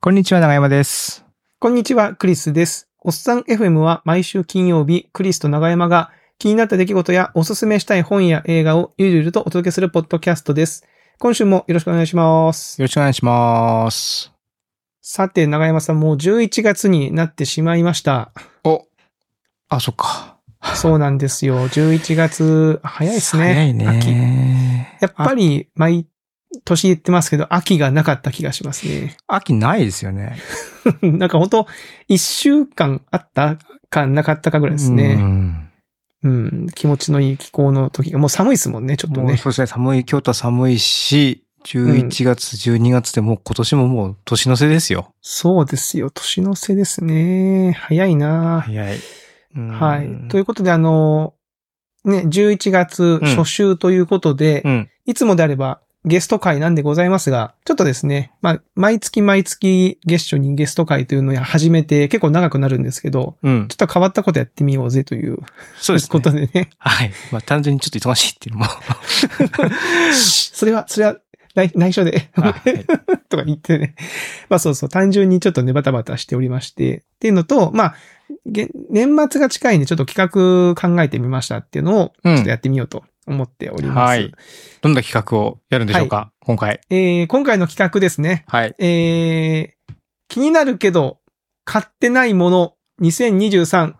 こんにちは、長山です。こんにちは、クリスです。おっさん FM は毎週金曜日、クリスと長山が気になった出来事やおすすめしたい本や映画をゆるゆるとお届けするポッドキャストです。今週もよろしくお願いします。よろしくお願いします。さて、長山さん、もう11月になってしまいました。お、あ、そっか。そうなんで すよ。11月、早いですね。早い秋。ね。やっぱり、毎年言ってますけど、秋がなかった気がしますね。 秋ないですよね。なんか本当一週間あったかなかったかぐらいですね。うんうん、気持ちのいい気候の時が、もう寒いですもんね、ちょっともうねそ。うですね、寒い、京都は寒いし、11月、12月でもう今年ももう年の瀬ですよ。そうですよ、年の瀬ですね。早いな、早い。うんはい。ということで、あの、ね、11月うん初週ということで、うん。いつもであればゲスト会なんでございますが、ちょっとですね、まあ、毎月毎月月初にゲスト会というのを始めて結構長くなるんですけど、うんちょ。っと変わったことやってみようぜというそうですこね。とでね。はい。まあ単純にちょっと忙しいっていうのも。それは、それは内内緒で。あはい とか言ってね。まあそうそう、単純にちょっとね、バタバタしておりまして。っていうのと、まあ、げ年末が近いんで、ちょっと企画考えてみましたっていうのを、うんちょっとやってみようと思っております。はい。どんな企画をやるんでしょうか、今回。えー今回の企画ですね。はい。えー気になるけど、買ってないもの、2023。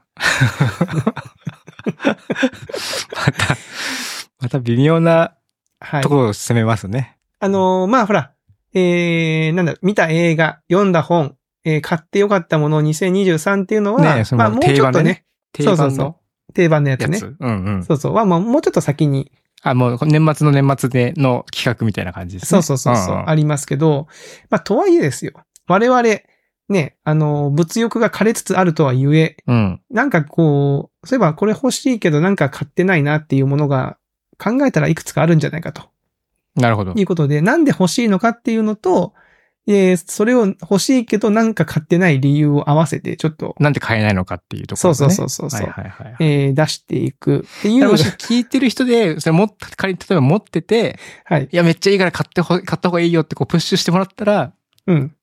また、また微妙なはいと。ころを進めますね。あのーまあほら、えー、なんだ、見た映画、読んだ本、えー買ってよかったもの2023っていうのは、ねえそのまあもうちょ定番っとでねね、定番のそうそうそ定番のやつやね。つ。うんうん。そうそう。は、まあ、もうちょっと先に、あ、もう年末の年末での企画みたいな感じですそね。うそうそうそう、んんありますけど、まあ、とはいえですよ。我々、ね、あの、物欲が枯れつつあるとはゆえ、うん。なんかこう、そういえばこれ欲しいけどなんか買ってないなっていうものが考えたらいくつかあるんじゃないかとなるほどい。うことで、なんで欲しいのかっていうのと、えーそれを欲しいけどなんか買ってない理由を合わせて、ちょっと、なんで買えないのかっていうとこそろ、うね。そうそううそうそう、はいはいはい。えー出していくっていだうからのもしが、聞いてる人で、それも、仮に例えば持ってて、はい。いや、めっちゃいいから買ってほ、買った方がいいよってこうプッシュしてもらったら、うん。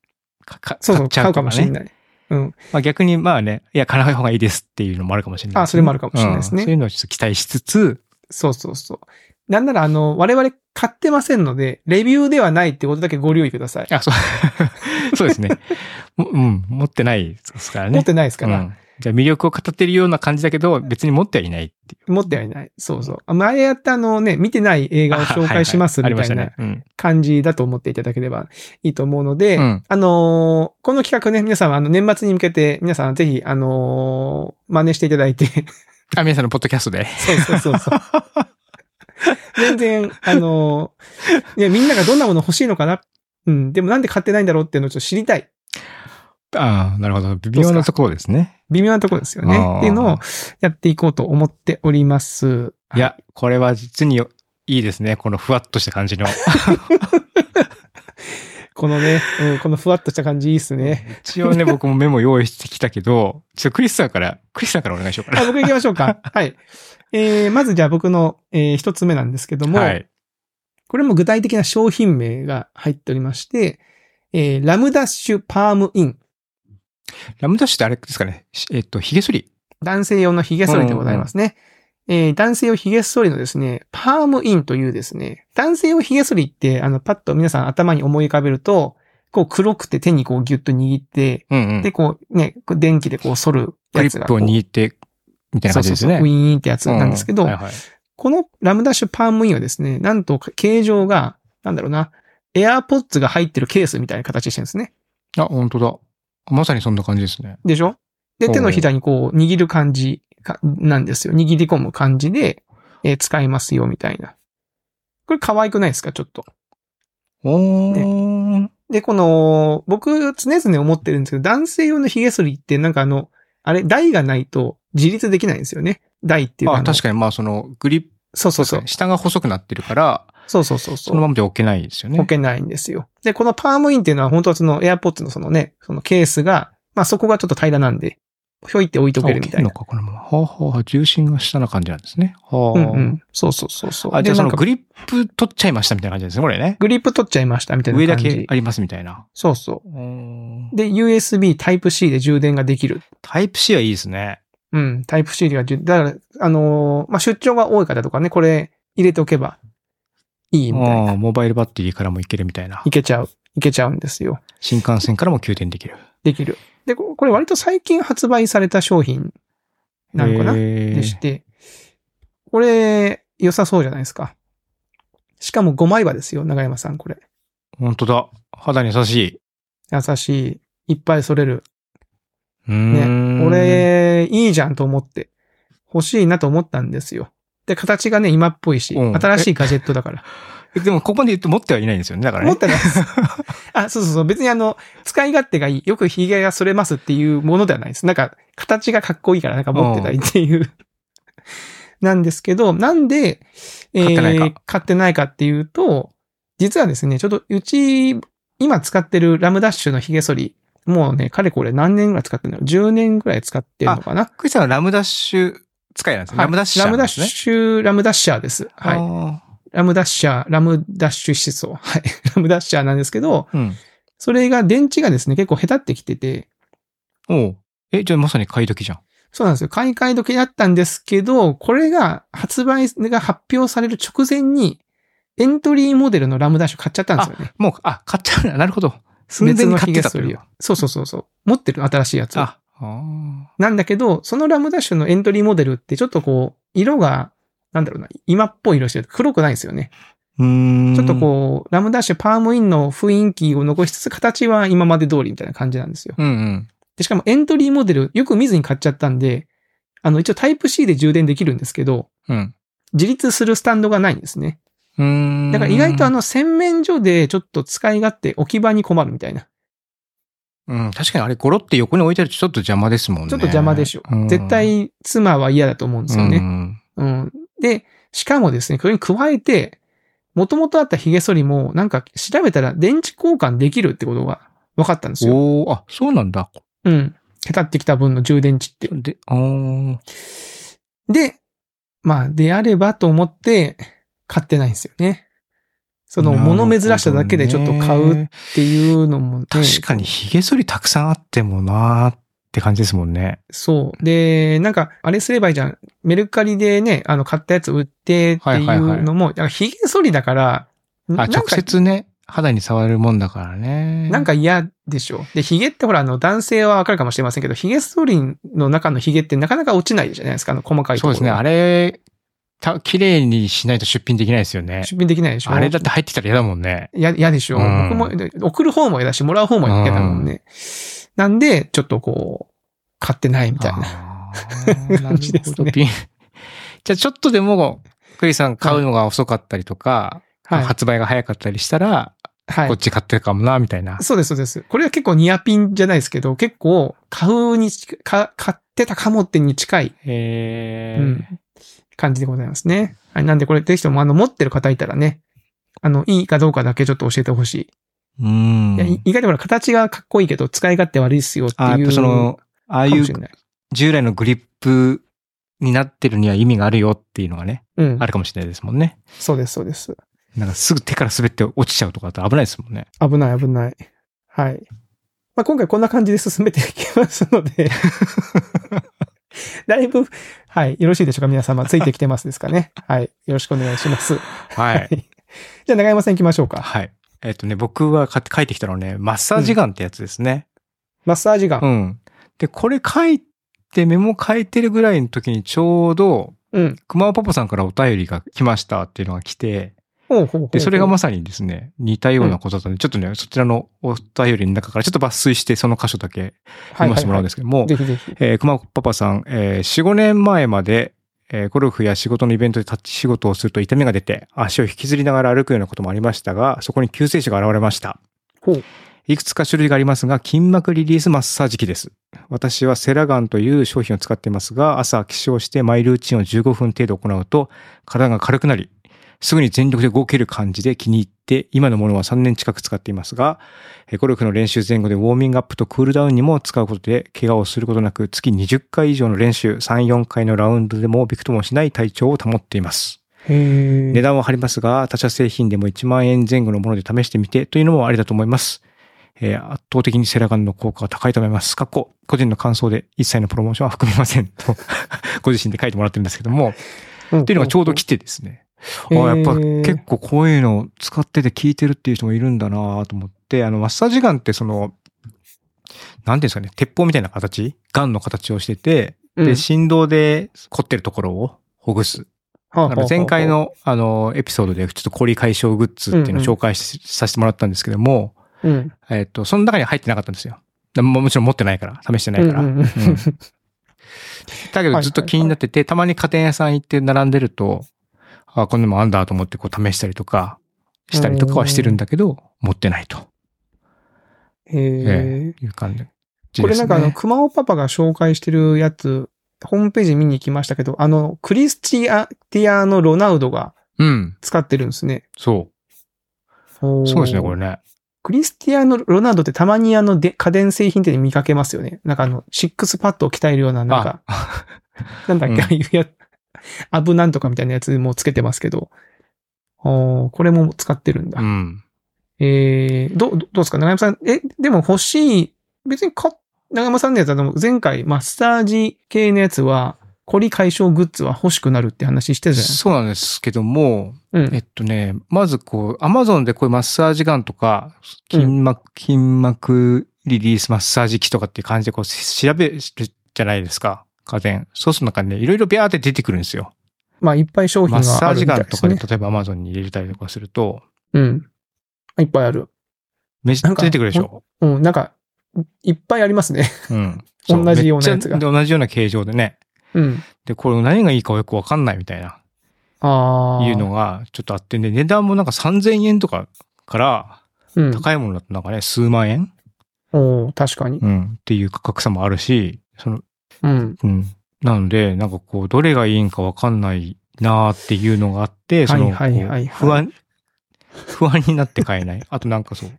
かかそうそ買う、っちゃ買ううとかかもね。しれない。うん。まあ逆に、まあね、いや、買わない方がいいですっていうのもあるかもしれない、あそれもあるかもしれないですねうんそういうのをちょっと期待しつつ、そうそうそう。なんなら、あの、我々買ってませんので、レビューではないってことだけご留意ください。あ、そう、 そうですね。もうん、持ってないですからね。持ってないですから、うんじゃあ魅力を語ってるような感じだけど、別に持ってはいないっていう。持ってはいない。そうそう。前やったあのね、見てない映画を紹介しますあはみはたいありなましたね。感じだと思っていただければいいと思うので、うんあのーこの企画ね、皆さん、あの、年末に向けて、皆さん、ぜひ、あのー真似していただ いて、あ、皆さんのポッドキャストで。そうそうそうそう。全然、あのーいや、みんながどんなもの欲しいのかなうん、でもなんで買ってないんだろうっていうのをちょっと知りたい。ああ、なるほど。微妙なところですね。微妙なところですよあーね。っていうのをやっていこうと思っております。いや、これは実によいいですね。このふわっとした感じの。このね、うん、このふわっとした感じいいっす ね。一応ね、僕もメモ用意してきたけど、ちょっとクリスさんから、クリスさんからお願いしようかあ僕行きましょうか。はい。えー、まずじゃあ僕の、えー一つ目なんですけども、な。はい。これも具体的な商品名が入っておりまして、えー、ラムダッシュパームイン。ラムダッシュってあれですかね。しえっと、髭剃り。男性用の髭剃りでございますね。えー男性用髭剃りのですね、パームインというですね、男性用髭剃りって、あの、パッと皆さん頭に思い浮かべると、こう黒くて手にこうギュッと握って、うんうん。で、こうね、こう電気でこう剃るクやリつッがプこう。を握って、みたいな感そうじそうですそよう、ね。ウィーンってやつうなんですけど、はいはいこのラムダッシュパームインはですね、なんと形状が、なんだろうな、エアポッツが入ってるケースみたいな形してるんですね。あ、本当だ。まさにそんな感じですね。でしょおで、う手のひらにこう握る感じかなんですよ。握り込む感じで、えー使えますよみたいな。これ可愛くないですかちょっと。おー。で、この、僕常々思ってるんですけど、男性用の髭剃りってなんかあの、あれ、台がないと自立できないんですよね。台っていうかああの。確かに、まあ、その、グリップ、そうそうそそうう。下が細くなってるから、そうそうそうそそうの。ままで置けないですよね。置けないんですよ。で、このパームインっていうのは本当はその AirPods のそのね、そのケースが、まあそこがちょっと平らなんで、ひょいって置いとけるみたいあな置。けるのか、このまま。はあ、はあはあ、重心が下な感じなんですね。はうあ。んうん。そうそうそうそう。あ、じゃあそのでなんかグリップ取っちゃいましたみたいな感じですね、これね。グリップ取っちゃいましたみたい上なだ感じ。けありますみたいな。そうそうーんで、USB Type-C で充電ができる。タイプ C はいいですね。うん、Type-C が充、だから、あのーまあ、出張が多い方とかね、これ入れておけばいいみたいあな。。あ、モバイルバッテリーからもいけるみたいないけちゃう。いけちゃうんですよ。新幹線からも給電できる。できる。で、ここれ割と最近発売された商品なのかな、へーでして、これ良さそうじゃないですか。しかも5枚刃ですよ、長山さん、これ。本当だ。肌に優し優しい。いっぱい揃れる。い。ね俺、いいじゃんと思って、欲しいなと思ったんですよ。で、形がね、今っぽいし、うん新しいガジェットだから。でもここに言って持ってはいないんですよね。だから思っね。た んです。あ、そうそうそう。別にあの、使い勝手がいい。よく髭が剃れますっていうものではないです。なんか、形がかっこいいから、なんか持ってたいっていう。 なんですけど、なんで、買っえてないか買ってないかっていうと、実はですね、ちょっとうち、今使ってるラムダッシュの髭剃り、もうね、かれこれ何年ぐらい使ってるの ?10 年ぐらい使ってるのかなクイさんはラムダッシュ使いなんですね。はいラムダッシュ、ラムダッシュ、ラムダッシャーです。はい。はラムダッシャー、ラムダッシュ思想。はい。 ラムダッシャーなんですけど、い。うん。それが電池がですね、結構下手ってきてて、おうえ、じゃあまさに買い時じゃん。そうなんですよ。買い替え時だったんですけど、これが発売が発表される直前に、エントリーモデルのラムダッシュ買っちゃったんですよね。もう、あ、買っちゃうんだ。なるほど。寸前に買ってたとい別のう髭剃。りをそうそうそうそう。持ってる新しいやつを。あ、あーなんだけど、そのラムダッシュのエントリーモデルってちょっとこう、色が、なんだろうな、今っぽい色してる。黒くないんですよね。うーん。ちょっとこう、ラムダッシュパームインの雰囲気を残しつつ、形は今まで通りみたいな感じなんですよ。う。うんうん。で、しかもエントリーモデルよく見ずに買っちゃったんで、あの、一応タイプ C で充電できるんですけど、うん。自立するスタンドがないんですね。うーん。だから意外とあ、の、洗面所でちょっと使い勝手、置き場に困るみたいな。うん、確かにあれ、ゴロって横に置いてあるとちょっと邪魔ですもんね。ちょっと邪魔でしょ。うん絶対妻は嫌だと思うんですよね。うん。で、しかもですね、これに加えて、元々あった髭剃りも、なんか調べたら電池交換できるってことが分かったんですうん。よ。おおあ、そうなんだ。うん。下手ってきた分の充電池って。で、あーで、まあ、であればと思って、買ってないんですよね。その、物珍しさだけでちょっと買うっ。ていうのもね、確かに、髭剃りたくさんあってもなーって感じですもんね。そう。で、なんか、あれすればいいじゃん。メルカリでね、あの、買ったやつ売ってってはいいはいうはいのも、だから髭剃りだから、なあ、んか直接ね、肌に触れるもんだからね。なんか嫌でしょ。で、髭ってほら、あの、男性はわかるかもしれませんけど、髭剃りの中の髭ってなかなか落ちないじゃないですか、あの、細かいとこそうろ。ですね。あれ。れ、た綺麗にしないと出品できないですよね。出品できないでしょ。あれだって入ってきたら嫌だもんね。や、嫌でしょ。うん僕も、送る方も嫌だし、もらう方も嫌だもんね。なんで、ちょっとこう、買ってないみたいな。あーなる 感じですほどねピンじゃあちょっとでも、クリさん買うのが遅かったりとか、はい。発売が早かったりしたら、はいこっ。ち買ってるかもな、みたいな。そうです、そうです。これは結構ニアピンじゃないですけど、結構、買うにち、か、買ってたかもってに近いへうーん感じでございますね。はい。なんでこれ、ぜひとも、あの、持ってる方いたらね、あの、いいかどうかだけちょっと教えてほしい。うん。いや、い意外とほら、形がかっこいいけど、使い勝手悪いっすよっていう。あやっぱその、ああいかもうしれない従来のグリップになってるには意味があるよっていうのがね、うんあ。るかもしれないですもんね。そうです、そうです。なんかすぐ手から滑って落ちちゃうとかだと危ないですもん ね。危ない、危ない。はい。まあ、今回こんな感じで進めていきますの で、だいぶ、はい、よろしいでしょうか皆様、ついてきてますですかね。はい。よろしくお願いします。はい。じゃあ、長山さん行きましょうか。はい。えっ、とね、僕は買って書いてきたのはね、マッサージガンってやつですね。マッサージガうン。ん。で、これ書いて、メモ書いてるぐらいの時にちょうど、うん。熊尾パパさんからお便りが来ましたっていうのが来て、ほうほうほうほうで、それがまさにですね、似たようなことだったので、ちょっとね、そちらのお便りの中からちょっと抜粋して、その箇所だけはい見まはい。してもらうんですすけども、ぜひぜひ。えー熊尾パパさん、えー4、5年前まで、えーゴルフや仕事のイベントで立ち仕事をすると痛みが出て、足を引きずりながら歩くようなこともありましたが、そこに救世主が現れました。ほう。いくつか種類がありますが、筋膜リリースマッサージ機です。私はセラガンという商品を使っていますが、朝起床してマイルーチンを15分程度行うと、体が軽くなり、すぐに全力で動ける感じで気に入って、今のものは3年近く使っていますが、えゴルフの練習前後でウォーミングアップとクールダウンにも使うことで、怪我をすることなく、月20回以上の練習、3、4回のラウンドでもびくともしない体調を保っています。へー値段は張りますが、他社製品でも1万円前後のもので試してみてというのもありだと思います。えー圧倒的にセラガンの効果が高いと思います。かっこ、個人の感想で一切のプロモーションは含みません と、ご自身で書いてもらってるんですけども、っっていうのがちょうど来てですね。あえーやっぱ結構こういうのを使ってて聞いてるっていう人もいるんだなと思って、あの、マッサージガンってその、なんていうんですかね、鉄砲みたいな形ガンの形をしてて、うで、ん振動で凝ってるところをほぐす。はあだから前回、の、あの、エピソードでちょっと凝り解消グッズっていうのを紹介しさせてもらったんですけども、はあはあうん。えっと、その中には入ってなかったんですよ。だももちろん持ってないから、試してないから。うんうんうんうんだけどはいずっと気になってて、たまに家電屋さん行って並んでると、あ、こんなのもあんだと思ってこう試したりとか、したりとかはしてるんだけど、持ってないとへえ。いう感じですね。これなんかあの、熊尾パパが紹介してるやつ、ホームページ見に行きましたけど、あの、クリスティア、ティアーノ・ロナウドがうん、使ってるんですね。そ。そうそうですね、これね。クリスティアーノ・ロナウドってたまにあので、家電製品店で見かけますよね。なんかあの、シックスパッドを鍛えるような、なんか、あ、なんだっうんけ、ああいうや、アブなんとかみたいなやつもつけてますけど、おーこれも使ってるんだ。うん。えー、ど、どどうですか長山さん、え、でも欲しい、別にか、長山さんのやつは、あの前回マッサージ系のやつは、凝り解消グッズは欲しくなるって話してたじそうなんですけども、ゃないえっとね、まずこう、アマゾンでこういうマッサージガンとか、筋膜、筋膜リリースマッサージ機とかっていう感じでこう調べるじゃないですか、家電。そうするとなんかね、いろいろビャーって出てくるんですよ。うん。まあ、いっぱい商品マッがサあーるジみガたいンでとすかでね。例えばアマゾンに入れたりとかすると、うん。いっぱいある。めっちなゃんか出てくるでしょ。うん、なんか、いっぱいありますね。 うん。同じようなそうやつがめっちゃ同じような形状でね。うん。で、これ何がいいかよくわかんないみたいな、ああ。いうのがちょっとあってね、値段もなんか3000円とかから、うん。高いものだとなんかね、数万円おー確かに。うん。っていう価格差もあるし、その、うん。うん。なので、なんかこう、どれがいいんかわかんないなーっていうのがあって、その、こはいはいはいう不安、不安になって買えない。 あとなんかそう、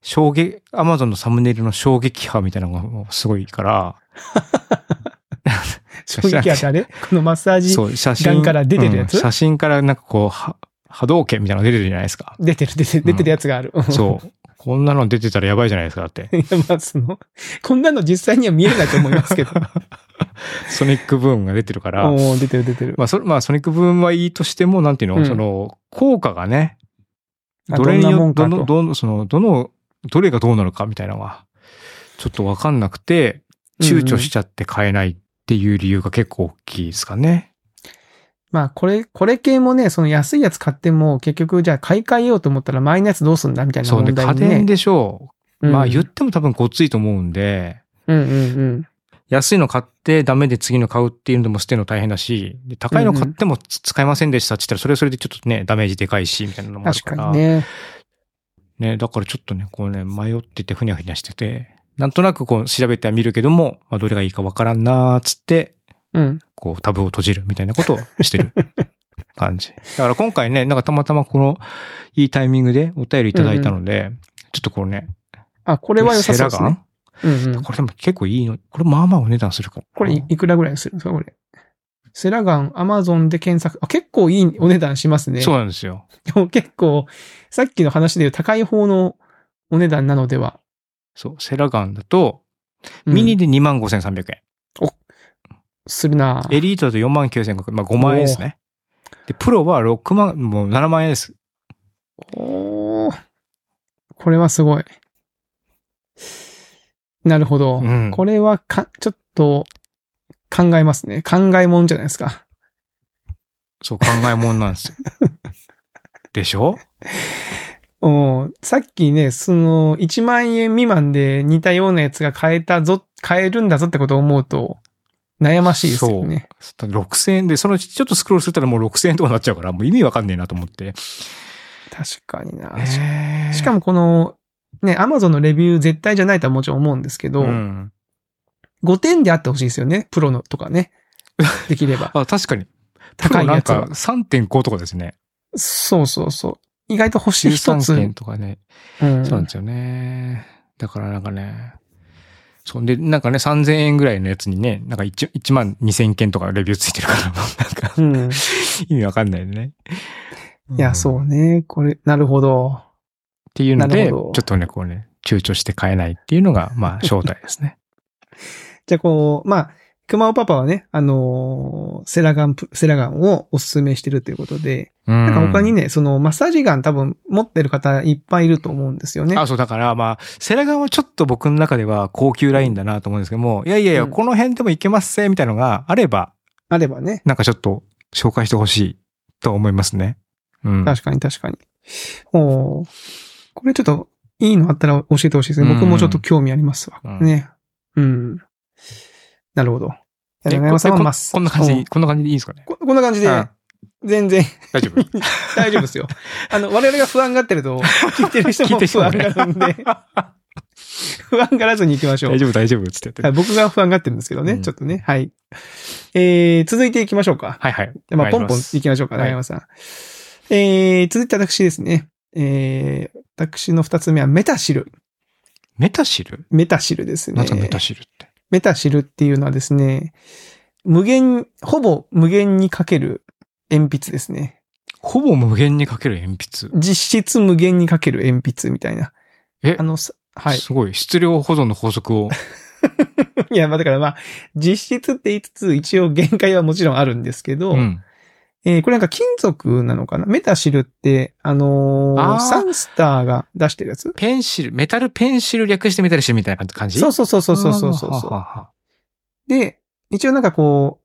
衝撃、アマゾンのサムネイルの衝撃波みたいなのがすごい から、正直あれ このマッサージそう、写ガ真ンから出てるやつ。うん写真からなんかこう、は波動拳みたいなの出てるじゃないですか 出てる、出てる、出てるやつがある。そう。こんなの出てたらやばいじゃないですか、だ って。いや、まあ、その、こんなの実際には見えないと思いますけど。ソニックブームが出てるから、おー出てる、出てる。まあ、それ、まあ、ソニックブームはいいとしても、なんていうの、うんその、効果がね、あどれにどんなもよんっかどとの、どの、その、どの、どれがどうなのかみたいなのは、ちょっとわかんなくて、躊躇しちゃって買えないっていう理由が結構大きいですかね。まあ、これ、これ系もね、その安いやつ買っても、結局、じゃあ買い替えようと思ったら、前のやつどうすんだみたいなそう問ね、題ね。家電でしょう。うんまあ言っても多分ごっついと思うんで、うんうんうん。安いの買ってダメで次の買うっていうのも捨てるの大変だし、で高いの買ってもつ使えませんでしたって言ったら、それはそれでちょっとね、ダメージでかいし、みたいなのもある確から。かにね。ね、だからちょっとね、こうね、迷っててふにゃふにゃしてて、なんとなくこう調べてはみるけども、まあ、どれがいいかわからんなーっつって、うん。こうタブを閉じるみたいなことをして る感じ。だから今回ね、なんかたまたまこのいいタイミングでお便りいただいたので、ちょっとこうね、あ、ここれは良さそうでセすラガね。ンうんうん。これでも結構いいの、これまあまあお値段するから。これい、いくらぐらいするんですかこれ。セラガン、アマゾンで検索。あ、結構いいお値段しますね。そうなんですよ。でも結構、さっきの話でいう高い方のお値段なのでは。そう、セラガンだと、うんミニで25,300円。するなエリートだと49,500円。まあ5万円ですね。で、プロは6万、もう7万円です。おーこれはすごい。なるほど。うんこれはか、ちょっと、考えますね。考えもんじゃないですか。そう、考えもんなんですよ。 でしょおーさっきね、その、1万円未満で似たようなやつが買えたぞ、買えるんだぞってことを思うと、悩ましいですよね。 ?6000 円で、そのうちちょっとスクロールするたらもう6000円とかになっちゃうから、もう意味わかんねえなと思って。確かにな。ししかも、もこの、ね、アマゾンのレビュー絶対じゃないとはもちろん思うんですけど、うん5点であってほしいですよね。プロのと かね。できれば。あ、確かに。高いや つプロなはんか。3.5とかですね。そうそうそう。意外と星一つ。 13件とかね。うんそうなんですよね。だからなんかね。そんで、なんかね、3000円ぐらいのやつにね、なんか 1, 1万2000件とかレビューついてるから、もう なんかうん。意味わかんないよね。いや、うそん。っうね。これ、なるほど。ていうのなで、るちほょどっとね、こうね、躊躇して買えないっていうのが、まあ、正体ですね。じゃあこう、まあ、熊尾パパはね、あのーセラガンプ、セラガンをおすすめしてるということで、うんなんか他にね、そのマッサージガン多分持ってる方いっぱいいると思うんですよね。あ、そう、だから、まあ、セラガンはちょっと僕の中では高級ラインだなと思うんですけども、いやいやいや、うんこの辺でもいけますせ、みたいなのがあれば、あればね。なんかちょっと紹介してほしいと思いますね。うん。確かに確かに。おーこれちょっといいのあったら教えてほしいですね。僕もちょっと興味ありますわ。うんね。うん。なるほど。え柳山さんはこまっこんな感じうで、こんな感じでいいですかね。ここんな感じで、うん全然大 丈夫。大丈 夫ですよ。あの、我々が不安がってると、聞いてる人聞いもてる人不も安ねがるんで、 不安がらずに行きましょう大。丈夫、大丈夫、つってやってはる。い僕が不安がってるんですけどね、うんちょっとね。はい。えー、続いていきましょうか。はいはい。でまあ、おポ願いしンポまン行すきましょうか、はい長山さん。えー、続いて私ですね。えー、私の二つ目はメタシル。メタシルメタシルですね。なんすかメタシルって。メタシルっていうのはですね、無限、ほぼ無限にかける鉛筆ですね。ほぼ無限にかける鉛筆。実質無限にかける鉛筆みたいな。えあの、さはい。すごい。質量保存の法則を。 いや、まあだからまあ、実質って言いつつ、一応限界はもちろんあるんですけど、うん。えーこれなんか金属なのかなメタシルって、あのーあーサンスターが出してるやつペンシル、メタルペンシル略してメタルシルみたいな感じそううそうそうそうそうそうそうはははで、一応なんかこ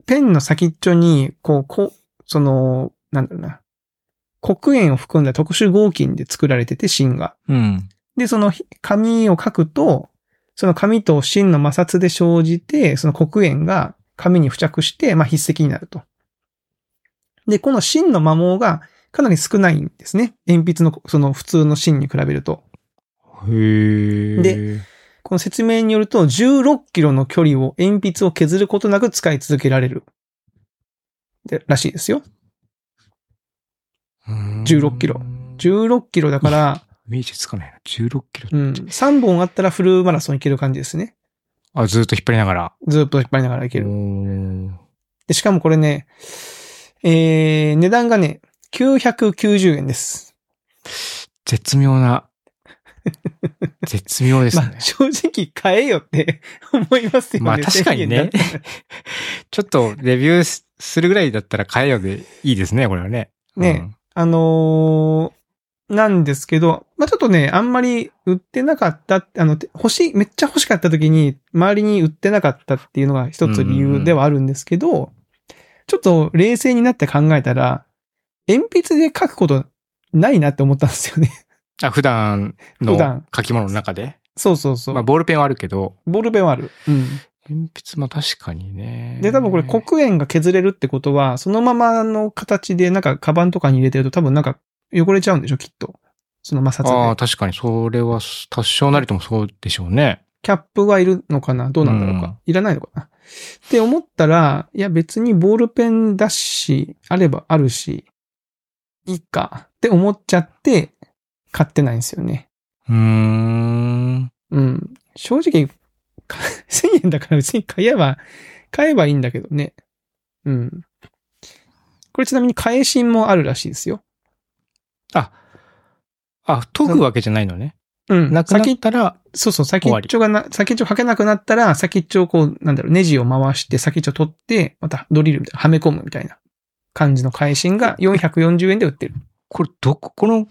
う、ペンの先っちょに、こう、こう、その、なんだろうな。黒鉛を含んだ特殊合金で作られてて、芯が。うん。で、そのひ紙を書くと、その紙と芯の摩擦で生じて、その黒鉛が紙に付着して、まあ筆跡になると。で、この芯の摩耗がかなり少ないんですね。鉛筆の、その普通の芯に比べると。へえ。で、この説明によると、16キロの距離を鉛筆を削ることなく使い続けられる。でらしいですよ。16キロ。16キロだから、イメージつかないな。16キロ。うん、3本あったらフルマラソンいける感じですね。あ、ずっと引っ張りながら。ずっと引っ張りながらいける。おーで、しかもこれね、えー、値段がね、990円です。絶妙 な。絶妙ですまねあ、。正直買えよって 思いますよね。まあ確かにね1000円だったら。 ちょっとレビューすするぐらいだったら変えようでいいですね、これはね。ねあのーなんですけど、まあちょっとね、あんまり売ってなかったって、あの、て欲しい、めっちゃ欲しかった時に、周りに売ってなかったっていうのが一つ理由ではあるんですけど、ちょっと冷静になって考えたら、鉛筆で書くことないなって思ったんですよね。 うんあ普段普の段書き物の中で。そうそうそう。まあボールペンはあるけど、ボールペンはある。うん。鉛筆も確かにね。で、多分これ黒鉛が削れるってことは、そのままの形でなんかカバンとかに入れてると多分なんか汚れちゃうんでしょ、きっと。その摩あ擦あ、で。確かに、それは多少なりともそうでしょうね。キャップはいるのかなどうなんだろうか、うんいらないのかなって思ったら、いや別にボールペンだし、あればあるし、いいかって思っちゃって、買ってないんですよね。うーん。うん。正直、 か1000円だから別に買えば、買えばいいんだけどね。うん。これちなみに返しもあるらしいですよ。あ、あ、研ぐわけじゃないのね。うん。なくなっ先、たら、そうそう、先終わっりちょがな、先っちょかけなくなったら、先っちょをこう、なんだろう、ネジを回して、先っちょ取って、またドリルみたいな、はめ込むみたいな感じの返しが440円で売ってる。これ、どこ、この、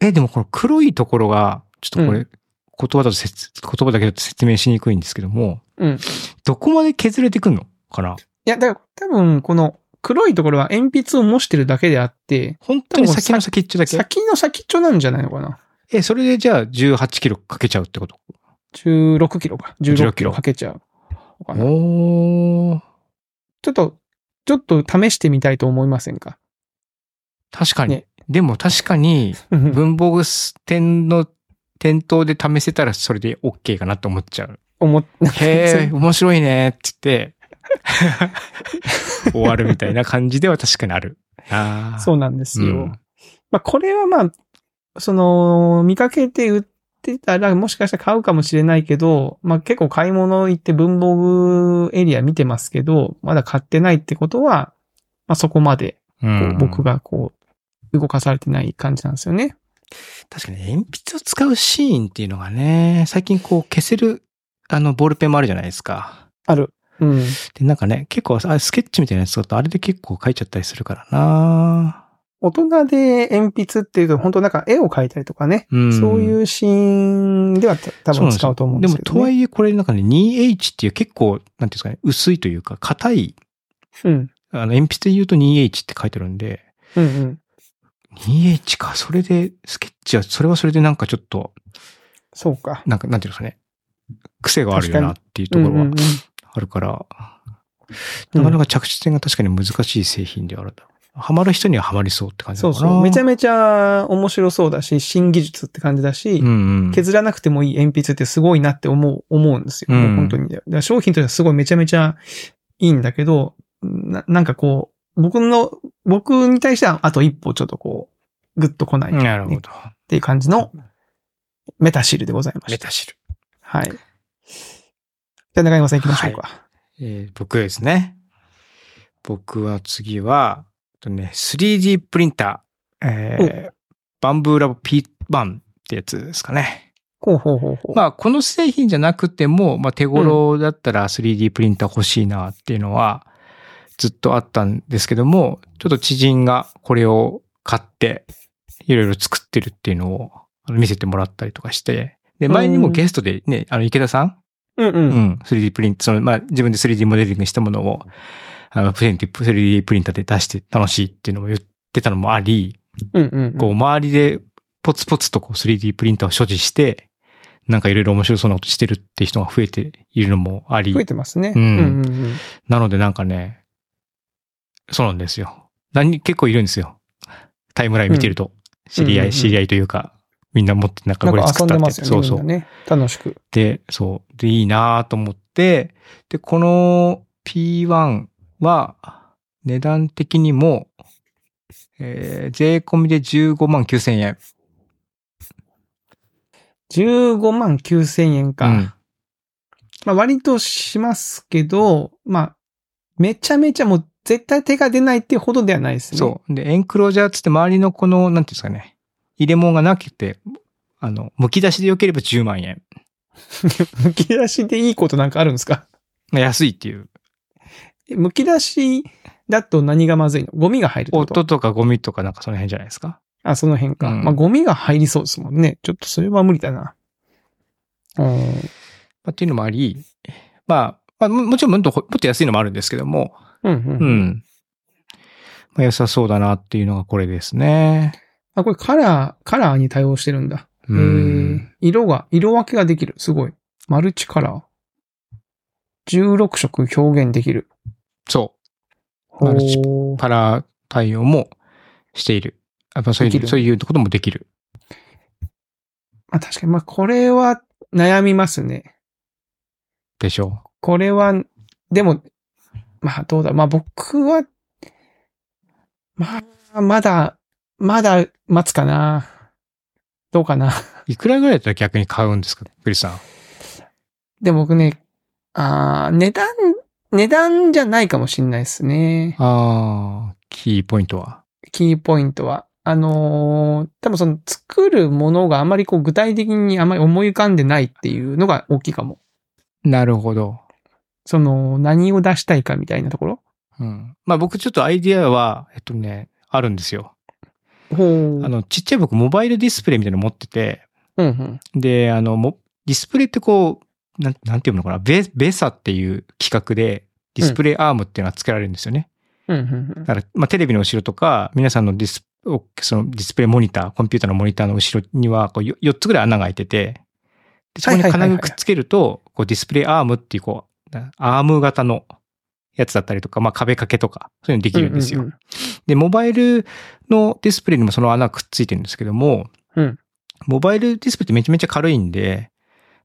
え、でもこの黒いところが、ちょっとこれ、う言葉だと説、言葉だけだと説明しにくいんですけども、うん。いどこまで削れてくんのかなや、だから多分、この黒いところは鉛筆を模してるだけであって、本当に先の先っちょだけ。先の先っちょなんじゃないのかなえ、それでじゃあ18キロかけちゃうってこと16キロか。16 16キキロロかけちゃうのかな。おー。ちょっと、ちょっと試してみたいと思いませんか確かに。ねでも確かに、文房具店の店頭で試せたらそれで OK かなと思っちゃ う。 思っ、へえ、面白いね って言って、終わるみたいな感じでは確かにある。ああ。そううなんですよ。うんまあ、これはまあ、その、見かけて売ってたら、もしかしたら買うかもしれないけど、まあ結構買い物行って文房具エリア見てますけど、まだ買ってないってことは、まあそこまで、こう僕が。がこう、動かされてない感じなんですよね。確かに鉛筆を使うシーンっていうのがね、最近こう消せる、あの、ボールペンもあるじゃないですか。ある。うん。で、なんかね、結構、あスケッチみたいなやつだとあれで結構書いちゃったりするからな大人で鉛筆っていうと、本当なんか絵を描いたりとかね。うん。そういうシーンではた多分使うと思うんですけど、ね。でも、とはいえこれなんかね、2H っていう結構、なんていうんですかね、薄いというか、硬い、うん。あの、鉛筆で言うと 2H って書いてあるんで、うんうん。 2H か、それで、スケッチは、それはそれでなんかちょっと、そうか。なんか、なんていうんですかね、癖があるよなっていうところうんうはんうんあるから、うんなかなか着地点が確かに難しい製品ではあるだろう。ハマる人にはハマりそうって感じなそうのかな。そう。めちゃめめちゃ面白そうだし、新技術って感じだし、うんうん。削らなくてもいい鉛筆ってすごいなって思う、思うんですよ。うんもう本当に。だから商品としてはすごいめちゃめちゃいいんだけど、ななんかこう、僕の、僕に対してはあと一歩ちょっとこう、グッと来ない、なるほっど。ていう感じのメタシールでございまメした。タシル。はい。じゃあ中山さん行きましょうか。えー僕ですね。僕は次は、えっとね、3D プリンター、えーバンブーラボ P1 ってやつですかね。ほうほうほうほう。まあ、この製品じゃなくても、まあ、手頃だったら 3D プリンター欲しいなっていうのは、ずっとあったんですけども、ちょっと知人がこれを買って、いろいろ作ってるっていうのをあの見せてもらったりとかして、で、前にもゲストでね、あの、池田さんうんう。うんん、3D プリント、その、まあ、自分で 3D モデリングしたものを、あの、プレンティ 3D プリンターで出して楽しいっていうのも言ってたのもあり、うんうん。こう、周りでポツポツとこう 3D プリンターを所持して、なんかいろいろ面白そうなことしてるって人が増えているのもあり増え、てますね。うんうんうんうんなのでなんかね、そうなんですよ。何、結構いるんですよ。タイムライン見てると、知り合うんうんうい、ん知り合いというか、みんな持ってなんかなこんれか作遊っんたでってますそよね。うそうみん。なね。楽しく。で、そう。で、いいなと思って、で、この P1 は、値段的にも、えー税込みで15万9千円。 15万9千円か。まあ割としますけど、まあ、めちゃめちゃもう絶対手が出ないってほどではないですうんね。そう。で、エンクロージャーっつって周りのこの、なんていうんですかね、入れ物がなくて、あの、剥き出しで良ければ10万円。むき出しでいいことなんかあるんですかまあ安いっていう。えむき出しだと何がまずいのゴミが入るってこと音とかゴミとかなんかその辺じゃないですか。あ、その辺か。うんまあゴミが入りそうですもんね。ちょっとそれは無理だな。うん。まあ、っていうのもあり、まあ、まあ、ももちろんもっと、もっと安いのもあるんですけども、うん、うん。うん。まあ、良さそうだなっていうのがこれですね。あ、これカラー、カラーに対応してるんだ。うへえ。色が、色分けができる。すごい。マルチカラー。16色表現できる。そママルルチチう。パラ対応もしている。やっぱそういでう、きるそういうこともできる。まあ確かに、まあこれは悩みますね。でしょこれは、でも、まあどうだ、まあ僕は、まあ、まだ、まだ待つかな。どうかな。 う。いくらぐらいだったら逆に買うんですかクリスさん。でも僕ね、あー値段、値段じゃないかもしれないですね。ああ、キーポイントは。キーポイントは。あのー多分その作るものがあまりこう具体的にあまり思い浮かんでないっていうのが大きいかも。なるほど。その何を出したいかみたいなところ。うん。まあ僕ちょっとアイディアは、えっとね、あるんですよ。ほう。あの、ちっちゃい僕モバイルディスプレイみたいなの持ってて、うんうん。で、あの、もディスプレイってこう、なん、なんていうのかな、ベ、ベサっていう企画で、ディスプレイアームっていうのが付けられるんですよね。うんうんうんだから、まあ、テレビの後ろとか、皆さんのディスおそのディスプレイモニター、コンピューターのモニターの後ろにはこうよ4つぐらい穴が開いてて、でそこにはいはいは金いはい具くっつけると、こうディスプレイアームっていう、こう、なアーム型のやつだったりとか、まあ、壁掛けとか、そういうのできるんですよ。うんうんで、モバイルのディスプレイにもその穴がくっついてるんですけども、うんモバイルディスプレイってめちゃめちゃ軽いんで、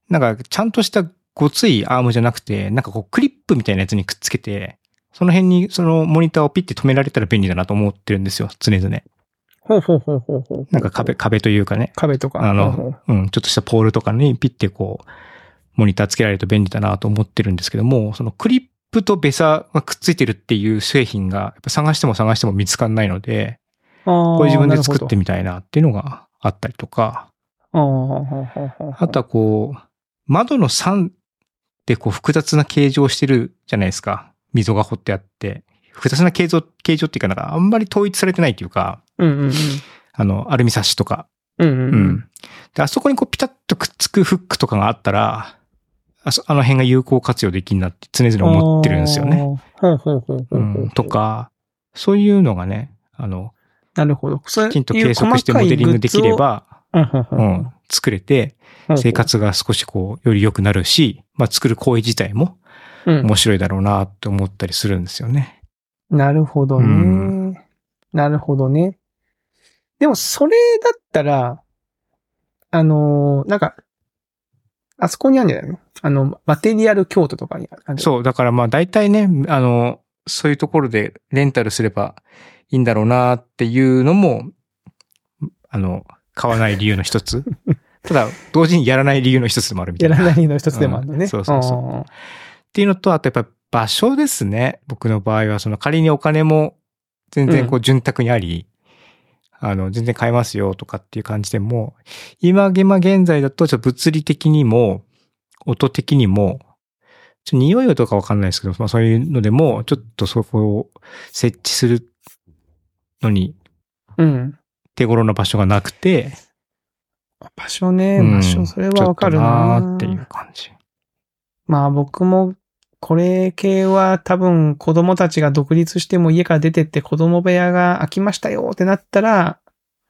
なんかちゃんとしたごついアームじゃなくて、なんかこうクリップみたいなやつにくっつけて、その辺にそのモニターをピッて止められたら便利だなと思ってるんですよ、常々。ほうほうほうほうほう。なんか壁、。壁というかね、壁とか。あのほうほううん、ちょっとしたポールとかにピッてこう、モニターつけられると便利だなと思ってるんですけども、そのクリップとベサがくっついてるっていう製品が、やっぱ探しても探しても見つかんないので、あーこれ自分で作ってなるみたいなっていうのがあったりとか、あーあとはこう、窓の3ってこう複雑な形状をしてるじゃないですか。溝が掘ってあって。複雑な形状、形状っていうかなんかあんまり統一されてないっていうか、うんうんあの、アルミサッシとか。うん。うんうんううんん。で、あそこにこうピタッとくっつくフックとかがあったら、あそあの辺が有効活用できるなって常々思ってるんですよね。。あーほうほうほうほううほんう。と。か、そういうのがね、あの、なるほど。そういきうちんと計測してモデリングできれば、細かいグッズを、ううんん、作れて、生活が少しこう、より良くなるし、まあ作る行為自体もうん面白いだろうなって思ったりするんですよね。なるほどね。うんなるほどね。でも、それだったら、あのーなんか、あそこにあるんじゃないのあの、マテリアル京都とかにあるんじゃない。そう、だからまあ大体ね、あの、そういうところでレンタルすればいいんだろうなっていうのも、あの、買わない理由の一 つ。ただ、同時にやらない理由の一つでもあるみたやいな。らっないの一つでもあるのね。うんそうそうそうんていうのと、あとやっぱ場所ですね。僕の場合は、その仮にお金も全然こう潤沢にあり、あの、全然買えますよとかっていう感じでも、今、今現在だと、ちょっと物理的にも、音的にも、ちょっと匂いとかわかんないですけど、まあそういうのでも、ちょっとそこを設置するのにうん。手頃な場所がなくて、場所ね、うん場所、それはわかるちょなっとなーっていう感じ。まあ僕も、これ系は多分子供たちが独立しても家から出てって子供部屋が空きましたよってなったら、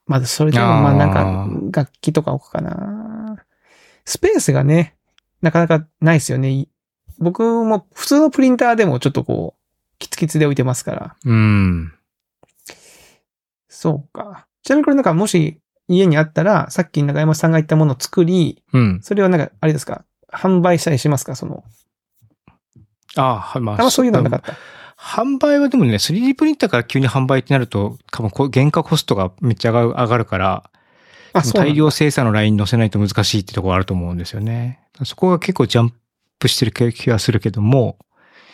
まだそれでもまああーなんか楽器とか置くかな。スペースがね、なかなかないですよね。僕も普通のプリンターでもちょっとこう、キツキツで置いてますから。うん。そうか。ちなみにこれなんかもし家にあったら、さっき中山さんが言ったものを作り、うん。それをなんか、あれですか、販売したりしますかその、あーはいまあ、あんまそういうのはなかった。販売はでもね、3D プリンターから急に販売ってなると、多分こう原価コストがめっちゃ上が上がるから、あ、そうなんだ大量生産のラインに載せないと難しいってところあると思うんですよね。そこが結構ジャンプしてる気がするけども、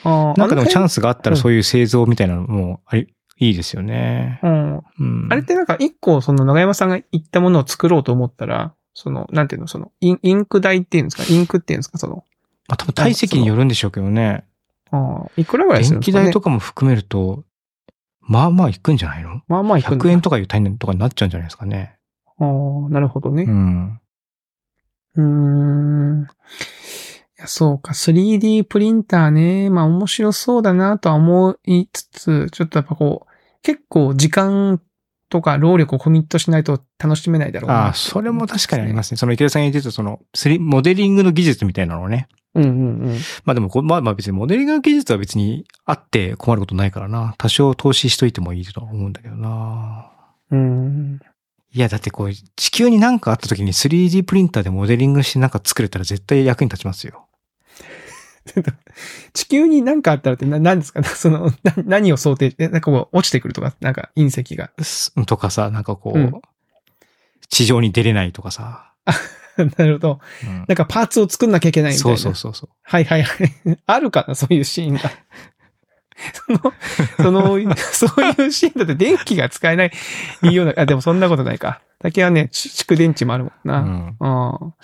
あーなんかでもチャンス。スがあったらそういう製造みたいなのもあり、いいですよねあ。の辺うん。うん。あれってなんか一個その長山さんが言ったものを作ろうと思ったら、その、なんていうの、その、インインク代っていうんですかインクっていうんですかその、まあ多分体積によるんでしょうけどね。あーいくらぐらいする電んです気か、ね、代とかも含めると、まあまあいくんじゃないのまあまあいくんだ ?100 円とかいう単位とかになっちゃうんじゃないですかね。あーなるほどねう。ん。うーん。いや、そうか。3D プリンターね。まあ面白そうだなとは思いつつ、ちょっとやっぱこう、結構時間とか労力をコミットしないと楽しめないだろうあな。あ、それも確かにありますね。その池田さんが言ってたその、スリモデリングの技術みたいなのをね。うんうんうん。まあでもこ、まあまあ別にモデリングの技術は別にあって困ることないからな。多少投資しといてもいいとは思うんだけどな。うん。いや、だってこう、地球に何かあった時に 3D プリンターでモデリングしてなんか作れたら絶対役に立ちますよ。地球に何かあったらってな何ですか その、な何を想定して、なんかこう落ちてくるとか、なんか隕石が。 すとかさ、なんかこう、うん地上に出れないとかさ。なるほど。うんなんかパーツを作んなきゃいけないみたいそな。うそうそうそう。はいはいはい。 あるかなそういうシーンが。 その、そ の、そういうシーンだって電気が使えない ような、あ、でもそんなことないか。竹はね、ち蓄電池もあるもんうな。ん、うん。ま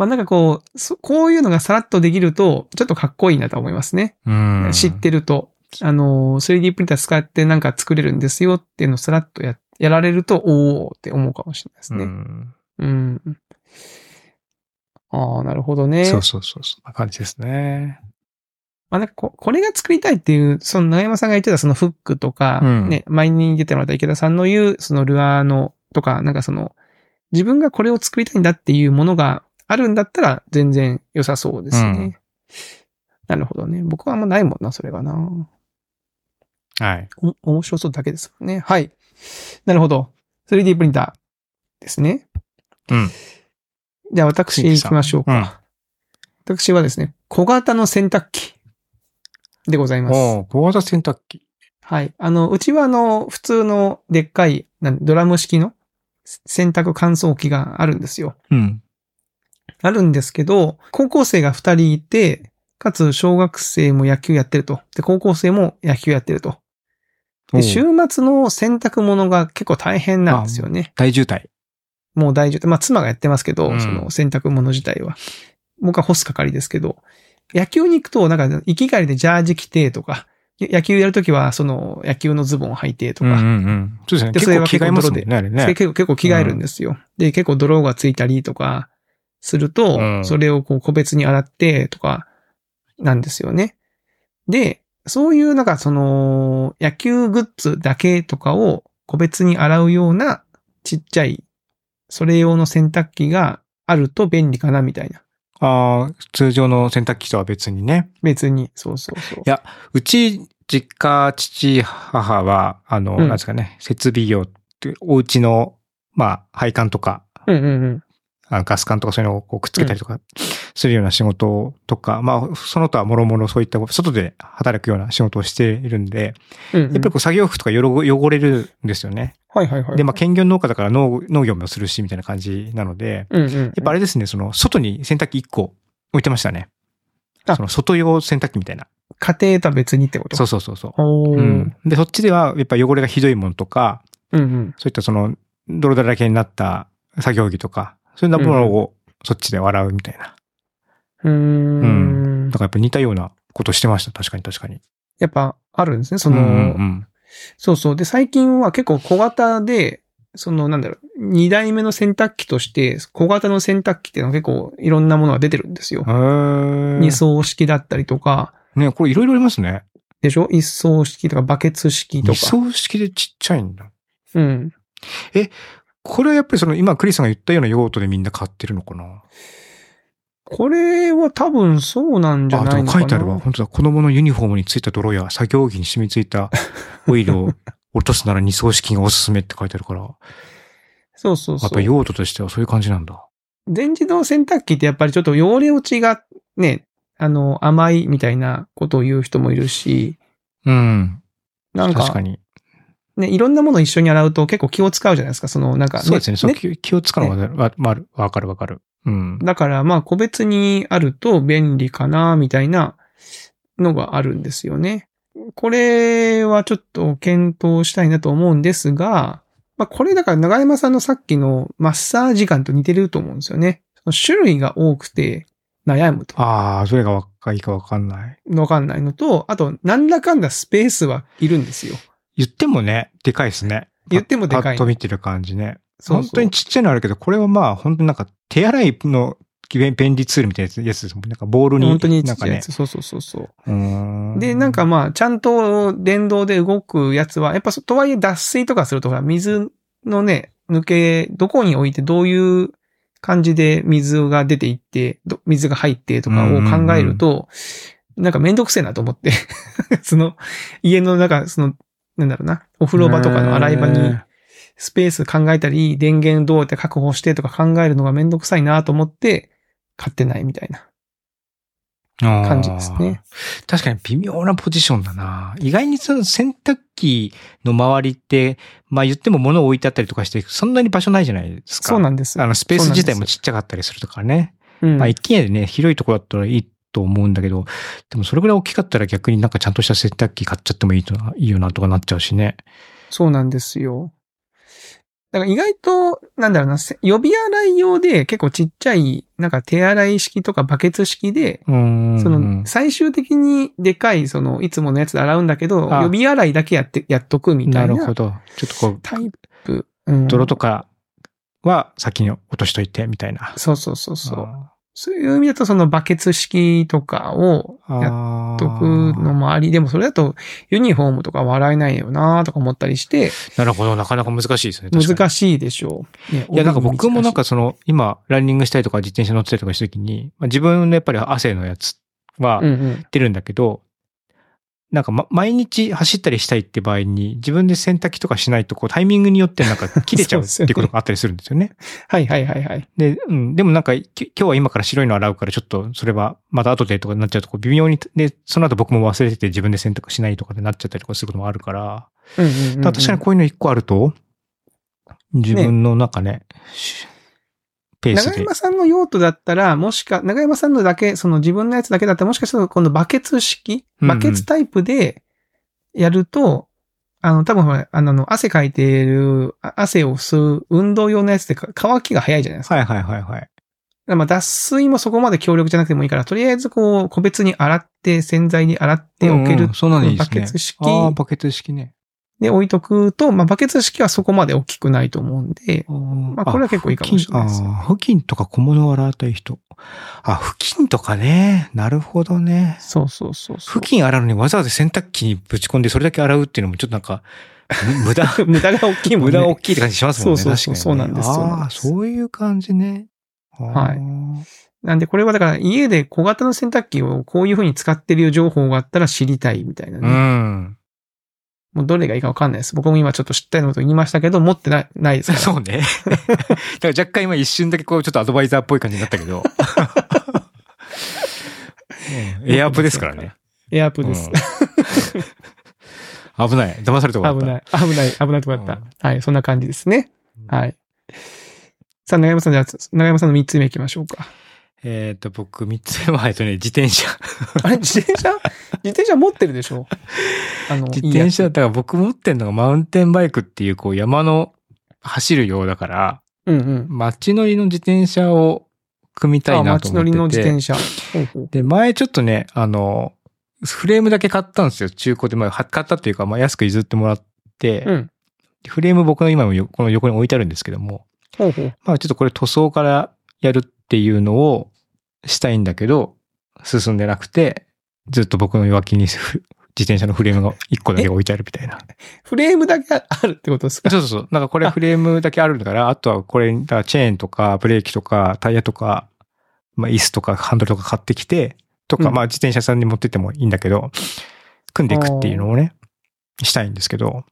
あなんかこう、そこういうのがさらっとできると、ちょっとかっこいいなと思いますね。うん知ってると、あの、3D プリンター使ってなんか作れるんですよっていうのをさらっとや、やられると、おーって思うかもしれないですうね。んうん。ああ、なるほどね。そうそうそう。そんな感じですね。まあなんかこ、これが作りたいっていう、その長山さんが言ってたそのフックとか、うんね、前に出てもらった池田さんの言う、そのルアーの、とか、なんかその、自分がこれを作りたいんだっていうものがあるんだったら、全然良さそうですね。うんなるほどね。僕はあんまないもんな、それがな。はい。お、面白そうだけですもんね。はい。なるほど。3D プリンターですね。うん。じゃあ私鈴木行さんきましょうか。私はですね、小型の洗濯機でございます。おー小型洗濯機。はい。あの、うちはあの、普通のでっかい、なんドラム式の洗濯乾燥機があるんですよ。うん。あるんですけど、高校生が二人いて、かつ小学生も野球やってると。で、高校生も野球やってると。おーで、週末の洗濯物が結構大変なんですよね。大渋滞。もう大丈夫。まあ、妻がやってますけど、うんその洗濯物自体は。僕は干す係ですけど、野球に行くと、なんか、行き帰りでジャージ着てとか、や野球やるときは、その、野球のズボン履いてとうんうか、んうん。そうですね。で結それ構は着替えますもん結ね、あれそれね。結構、結構着替えるんですよ。で、結構泥がついたりとか、すると、うんそれをこう、個別に洗ってとか、なんですよね。で、そういう、なんか、その、野球グッズだけとかを、個別に洗うような、ちっちゃい、それ用の洗濯機があると便利かな、みたいな。ああ、通常の洗濯機とは別にね。別に。そうそうそう。やうち、実家、父、母は、あの、うんなんですかね、設備業って、お家の、まあ、配管とか、うんうんうん。あのガス管とかそういうのをこうくっつけたりとかするような仕事とか、まあ、その他もろもろそういった外で働くような仕事をしているんで、うんうんやっぱりこう作業服とかよろ汚れるんですよね。はいはいはい。で、まあ、兼業農家だから農農業もするし、みたいな感じなので、うんうんうん。やっぱあれですね、その、外に洗濯機1個置いてましたね。あその、外用洗濯機みたいな。家庭とは別にってことそうそうそうそう。おうー。うんん、で、そっちでは、やっぱ汚れがひどいものとか、うん。そういったその、泥だらけになった作業着とか、そういうようなものをそっちで洗うみたいな。うーんだか。らやっぱ似たようなことしてました。確かに確かに。やっぱあるんですね。そうんうんうの、ん。そうそう。で、最近は結構小型で、その、なんだろう、二代目の洗濯機として、小型の洗濯機っていうのは結構いろんなものが出てるんですよ。へ二ー層式だったりとか、ね、これいろいろありますね。でしょ一層式とかバケツ式と二か。層式でちっちゃいんだ。うん。これはやっぱりその今クリスさんが言ったような用途でみんな買ってるのかなこれは多分そうなんじゃあ、なでいも書のかな。いてあるわ。本当だ。子供のユニフォームについた泥や作業着に染みついたオイルを落とすなら二層式がおすすめって書いてあるから、 そうそうそやうっ。ぱ用途としてはそういう感じなんだ。全自動洗濯機ってやっぱりちょっと汚れ落ちがね、あの、甘いみたいなことを言う人もいるし、うん。なん確かか、に。ね、いろんなものを一緒に洗うと結構気を使うじゃないですか、その、なんか、そうですね。そうね気を気を使うのがわ、わるわかるわかる。うん。だから、まあ、個別にあると便利かな、みたいなのがあるんですよね。これはちょっと検討したいなと思うんですが、まあ、これだから長山さんのさっきのマッサージ感と似てると思うんですよね。その種類が多くて悩むと。ああ、それがわかいいかわかんない。わかんないのと、あと、なんだかんだスペースはいるんですよ。言ってもね、でかいですね。言ってもでパかいッと見てる感じね。そう本当にちっちゃいのあるけど、これはまあ、本当になんか手洗いの便便利ツールみたいなやつですもんね。なんかボールに。本当にちなんっちかゃいねやつ。そうそうそうそう。うーんで、なんか、まあ、ちゃんと電動で動くやつは、やっぱそ、とはいえ脱水とかすると、ほら、水のね、抜け、どこに置いてどういう感じで水が出ていって、ど水が入ってとかを考えると、なんかめんどくせえなと思って、 その、家の中、その、なんだろうな、お風呂場とかの洗い場にねスペース考えたり、電源どうやって確保してとか考えるのがめんどくさいなと思って、買ってないみたいな感じですね。あー。確かに微妙なポジションだな。意外にその洗濯機の周りって、まあ言っても物を置いてあったりとかして、そんなに場所ないじゃないですか。そうなんです。あの、スペース自体もそうなんでちっちゃかったりするとかね。うんまあ、一軒家でね、広いとこだったらいいと思うんだけど、でもそれぐらい大きかったら逆になんかちゃんとした洗濯機買っちゃってもいいとな、いいよなとかなっちゃうしね。そうなんですよ。だから意外と、なんだろうな、せ予備洗い用で結構ちっちゃい、なんか手洗い式とかバケツ式で、うーん。その、最終的にでかい、その、いつものやつで洗うんだけど、予あ備洗いだけやって、やっとくみたないるほなど。ちょっとこう、タイプ。うん泥とかは先に落としといて、みたいな。そうそうそうそう。あそういう意味だと、そのバケツ式とかをー。やっとくのもあり、でもそれだとユニフォームとか笑えないよなとか思ったりして、なるほど。なかなか難しいですね。確かに難しいでしょう。ねいや、なんか僕もなんか、その、今、ランニングしたりとか、自転車乗ってたりとかした時に、まあ、自分のやっぱり汗のやつはうんうん。出るんだけど、なんか、ま、毎日走ったりしたいって場合に、自分で洗濯機とかしないと、こう、タイミングによってなん か切れちゃうってそうですよいねうことがあったりするんですよね。はいはいはいはい。で、うん、でもなんか、き今日は今から白いの洗うから、ちょっと、それは、また後でとかになっちゃうと、こう、微妙に、で、その後僕も忘れてて自分で洗濯しないとかでなっちゃったりとかすることもあるから、うんうんうんうんただ確かにこういうの一個あると、自分の中ね、しペース長で。山さんの用途だったら、もしか、長山さんのだけ、その自分のやつだけだったら、もしかしたら今度バケツ式うんうんバケツタイプでやると、あの、多分ほら、あのあの、汗かいてる、あ汗を吸う運動用のやつってか乾きが早いじゃないですか。はいはいはいはい。だからまあ脱水もそこまで強力じゃなくてもいいから、とりあえずこう、個別に洗って、洗剤に洗っておけうんるうんそんなのいいでバすねケツ式ああ、バケツ式ね。で置いとくと、まあ、バケツ式はそこまで大きくないと思うんで、まあこれは結構いいかもしれないですあー布巾とか小物を洗いたい人。あ、布巾とかね。なるほどね。そうそうそうそ布。う巾洗うのにわざわざ洗濯機にぶち込んでそれだけ洗うっていうのもちょっとなんか、む無駄、 無駄が大きいもん無ね。駄大きいって感じしますもんね。そうそうそう確かにねそうなんですそうあなんあ、ですそういう感じね。。はいなんでこれはだから家で小型の洗濯機をこういう風に使ってる情報があったら知りたいみたいうなね。ん。もうどれがいいかわかんないです。僕も今ちょっと知ったようなこと言いましたけど、持ってない、ないですから。 そうね。だから若干今一瞬だけこうちょっとアドバイザーっぽい感じになったけ ど。うんエアアップですからね。エアプです。うん危ない。騙されて終わっ危た。ない、危ない、危ないとこだうっんた。はい、そんな感じですね。い。はい。さあ、長山さん、じゃあ、長山さんの3つ目いきましょうか。えっと、僕、三つ目は、えっとね、自転車。 あれ、自転車自転車持ってるでしょあの、自転車いだいったらやつ僕持ってんのがマウンテンバイクっていう、こう、山の走るようだから、うんうん。街乗りの自転車を組みたいあ、なと街思乗ってりて。の自転車。ほうほうで、前ちょっとね、あの、フレームだけ買ったんですよ。中古で。まあ、は買ったっていうか、まあ、安く譲ってもらって、うん。フレーム僕の今もよこの横に置いてあるんですけども、ほうほう。まあちょっとこれ塗装からやるっていうのをしたいんだけど、進んでなくて、ずっと僕の脇にふ自転車のフレームが1個だけ置いてあるみたいな。フレームだけあるってことですかそうそうそう。なんかこれフレームだけあるんだから、あとはこれ、だからチェーンとかブレーキとかタイヤとか、まあ椅子とかハンドルとか買ってきて、とか、うんまあ自転車さんに持ってってもいいんだけど、組んでいくっていうのをね、したいんですけど。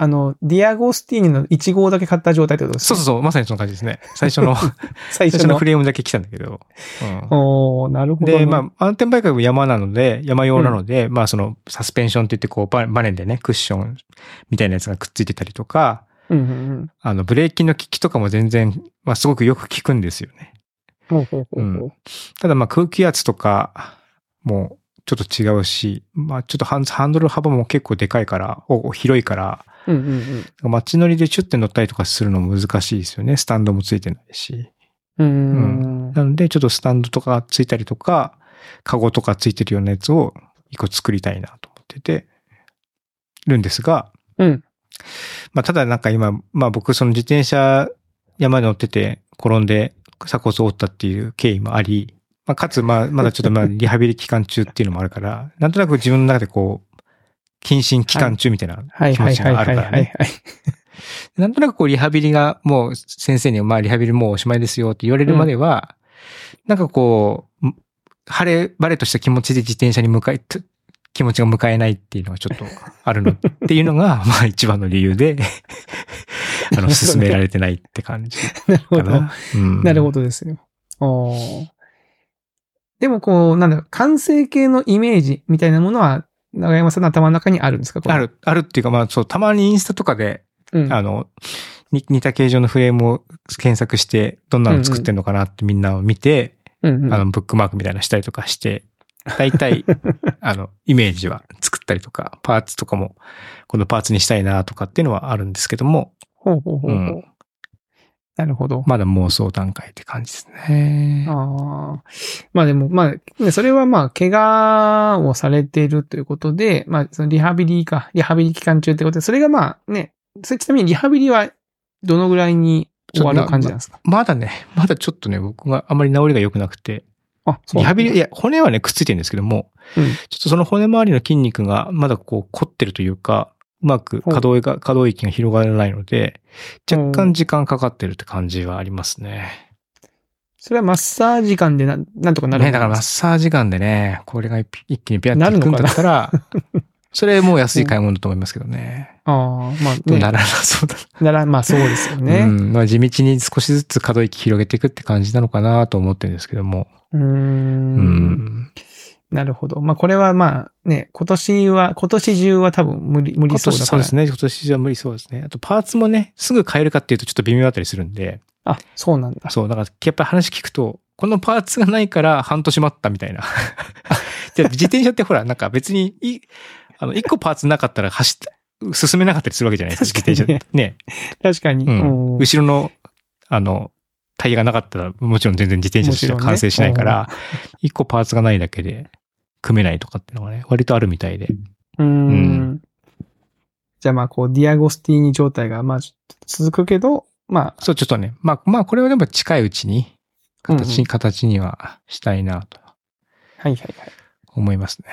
あの、ディアゴスティーニの1号だけ買った状態ってことですそうそうそう、まさにその感じですね。最初の、 最う。最初初ののフ。レームだけ来たんだけど。うんおーなるほど、ね。で、まあ、マウンテンバイクも山なので、山用なので、まあ、その、サスペンションって言って、こう、ババネでね、クッションみたいなやつがくっついてたりとか、うんうんうん。あの、ブレーキの効きとかも全然、まあ、すごくよく効くんですよね。ほうほうほうほう。うんただ、まあ、空気圧とかも、ちょっと違うし、まあ、ちょっとハンハンドル幅も結構でかいから、お広いから、うんうんうん。街乗りでチュッて乗ったりとかするのも難しいですよね。スタンドもついてないし。うーん。なので、ちょっとスタンドとかついたりとか、カゴとかついてるようなやつを一個作りたいなと思ってて、るんですが、うん。まあ、ただなんか今、まあ僕その自転車山に乗ってて転んで鎖骨を折ったっていう経緯もあり、まあ、かつまあ、まだちょっと まあリハビリ期間中っていうのもあるから、なんとなく自分の中でこう、謹慎期間中みたいなはい気は持いちはいがあはるいかはいらはいね。。なんとなくこうリハビリがもう先生にまあリハビリもうおしまいですよって言われるまでは、なんかこうん、晴れ、晴れとした気持ちで自転車に向かい、と気持ちが向かえないっていうのがちょっとあるのっていうのが、 まあ一番の理由で、 あの、進められてないって感じなるほかど。な。うんなるほどですよ。おーでもこう、なんだろう、完成形のイメージみたいなものは、長山さんの頭の中にあるんですかこれあ。る、あるっていうか、まあそう、たまにインスタとかで、うん。あの、に似た形状のフレームを検索して、どんなの作ってんのかなってみんなを見て、うんうんあの、ブックマークみたいなのしたりとか して、大体、あの、イメージは作ったりとか、パーツとかも、このパーツにしたいなとかっていうのはあるんですけども、ほうほうほうほう。うんなるほど。まだ妄想段階って感じですね。ああ。まあでも、まあ、ねそれはまあ、怪我をされているということで、まあ、そのリハビリか、リハビリ期間中ということで、それがまあね、それちなみにリハビリはどのぐらいに終わる感じなんですかまだね、まだちょっとね、僕があんまり治りが良くなくて、あ、そう。リハビリ、いや、骨はね、くっついてるんですけども、うんちょっとその骨周りの筋肉がまだこう凝ってるというか、うまく可動が、可動域が広がらないので、若干時間かかってるって感じはありますね。それはマッサージ感でなんなんとかなるね、だからマッジサージガンでね、これが一一気にピャッなてるいのくかんなだった ら、それもう安い買い物だと思いますけどね。ああ、まあ、でもならね、なそうだなら、まあそうですよなうね。んまあ地道に少しずつ可動域広げていくって感じなのかなと思ってるんですけども。うーん。うんなるほど。まあこれはまあね、今年は、今年中は多分無理、無理今そうだ年かそうら。ですね。今年は無理そうですね。あとパーツもね、すぐ買えるかっていうとちょっと微妙だったりするんで。あ、そうなんだ。そう、だからやっぱり話聞くと、このパーツがないから半年待ったみたいな。 で自転車ってほら、なんか別にい、あの、一個パーツなかったら走って、進めなかったりするわけじゃないですか、自確かにね転車。ね。確かに。うん。おー後ろの、あの、タイヤがなかったら、もちろん全然自転車としてはもちろんね完成しないから、一個パーツがないだけで、組めないとかっていうのがね、割とあるみたいで。うー。うんじゃあまあ、こう、ディアゴスティーニ状態が、まあ、ちょっと続くけど、まあ、そう、ちょっとね、まあ、まあ、これはでも近いうちに、形に、うんうん形にはしたいなとはいはいはい。思いますね。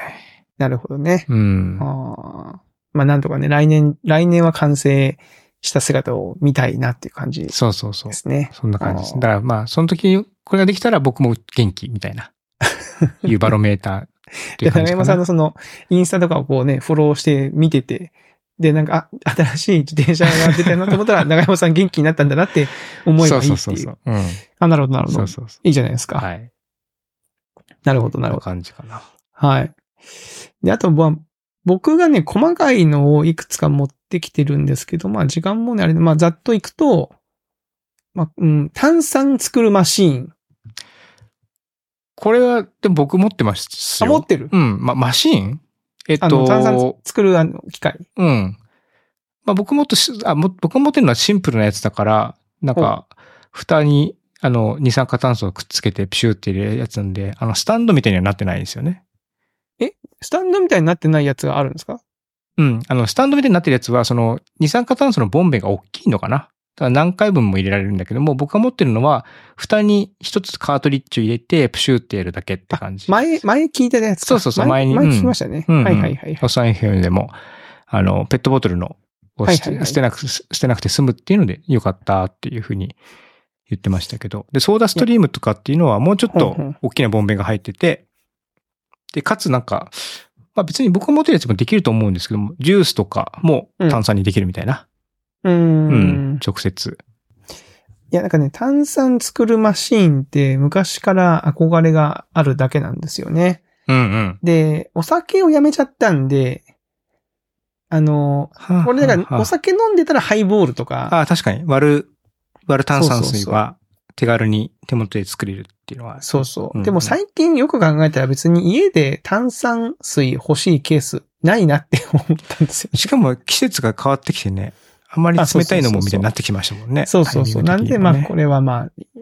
なるほどね。うん。あーまあ、なんとかね、来年、来年は完成した姿を見たいなっていう感じでそうそうそう。すね。そんな感じです。あーだからまあ、その時、これができたら僕も元気みた いな、いうバロメーターっていで、う感じ長か山さんなの。その、インスタとかをこうね、フォローして見てて、で、なんか、あ、新しい自転車が出たなと 思ったら、長山さん元気になったんだなって思えばいいっていそうそう。うそうそう。うん。あ、なるほど、なるほど。そうそうそいいじゃないですう。か。はい。なるほど、なるこんほど。感じかな。はい。で、あとは、僕がね、細かいのをいくつか持ってきてるんですけど、まあ時間もね、あれで、まあざっといくと、まあ、うん、炭酸作るマシーン。これは、でも僕持ってますあ、よ。持ってるうん。ま、マシーンえっあの、炭酸と、作るあの機械。うん。まあ、僕もっとし、あ、も、僕が持ってるのはシンプルなやつだから、なんか、蓋に、あの、二酸化炭素をくっつけてピシューって入れるやつなんで、あの、スタンドみたいにはなってないんですよね。スタンドみたいになってないやつがあるんですかうん。あの、スタンドみたいになってるやつは、その、二酸化炭素のボンベが大きいのかな。だから何回分も入れられるんだけども、僕が持ってるのは、蓋に一つカートリッジを入れて、プシューってやるだけって感じ。前、前聞いたやつか。そうそうそう前に前うん聞きましたね。うんうんはいはいはい。お産品でも、あの、ペットボトルのを捨て,、はいはいはい捨てなく、捨てなくて済むっていうのでよかったっていうふうに言ってましたけど。で、ソーダストリームとかっていうのはもうちょっほんほとん大きなボンベが入ってて、で、かつなんか、まあ別に僕が持ってるやつもできると思うんですけども、ジュースとかも炭酸にできるみたいな。うーうんん。直接。いや、なんかね、炭酸作るマシーンって昔から憧れがあるだけなんですよね。うんうん。で、お酒をやめちゃったんで、あの、これだから、お酒飲んでたらハイボールとあか、あ、確かに。割る、割る炭酸そうそう水そうは手軽に手元で作れるっていうのは。そうそうう。んでも最近よく考えたら別に家で炭酸水欲しいケースないなって思ったんですよ。しかも季節が変わってきてね、あんまり冷たいのもみたいになってきましたもんね。そうそうそう。タなイんミング的でにもまねあこれはま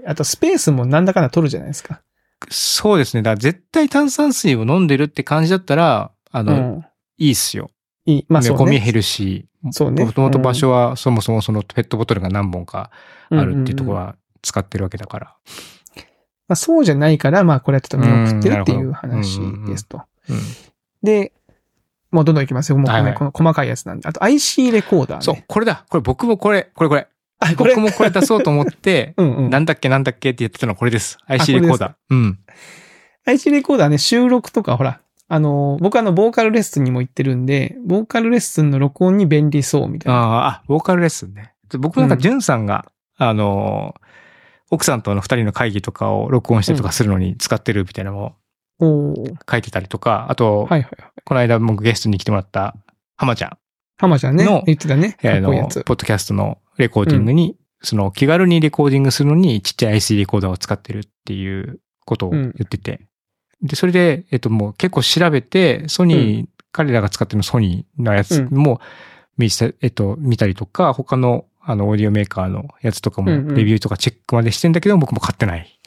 あ、あとスペースもなんだかんだ取るじゃないですか。そうですね。だから絶対炭酸水を飲んでるって感じだったら、あうの、ん。いいっすよ。いい。まあねそうね。ゴミ減るし、そうね。もともと場所はそもそもそのペットボトルが何本かあるっていうところんんんは使ってるわけだから。まあそうじゃないから、まあこれはちょっと見送ってるっていううん話ですと。うんで、もうどんどんいきますよ。もうこ,、ねはいはいこの細かいやつなんで。あと IC レコーダー、ね。そう、これだ。これ僕もこれ、これこれ。あ、 これ僕。もこれ出そうと思って、 うんうん。なんだっけなんだっけってやってたのはこれです。こ IC れレですコーダー。うん。 IC レコーダーね、収録とかほら、あのー、僕あの、ボーカルレッスンにも行ってるんで、ボーカルレッスンの録音に便利そうみたいな。ああ、ボーカルレッスンね。僕なんか、うんジュンさんが、あのー、奥さんとの二人の会議とかを録音してとかするのに使ってるみたいなのをおー書いてたりとか、あと、はいはいはい。この間僕ゲストに来てもらった、浜ちゃん、浜ちゃんねの、言ってたね。かあっの、こいいポやッつ。ドキャストのレコーディングに、その気軽にレコーディングするのにちっちゃい IC レコーダーを使ってるっていうことを言ってて。で、それで、えっともう結構調べて、ソニー、彼らが使ってるソニーのやつも見せ、えっと、見たりとか、他のあの、オーディオメーカーのやつとかも、うんうんレビューとかチェックまでしてんだけど、僕も買って ない。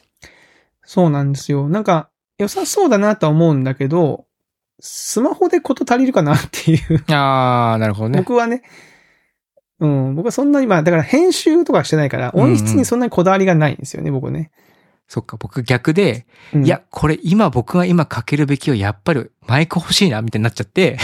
そうなんですよ。なんか、良さそうだなとは思うんだけど、スマホでこと足りるかなっていう。あー、なるほどね。僕はね、うん、僕はそんなに、まあ、だから編集とかしてないから、うんうん音質にそんなにこだわりがないんですよね、僕ね。そっか、僕逆で、うんいや、、これ今僕が今かけるべきはやっぱりマイク欲しいな、みたいになっちゃって、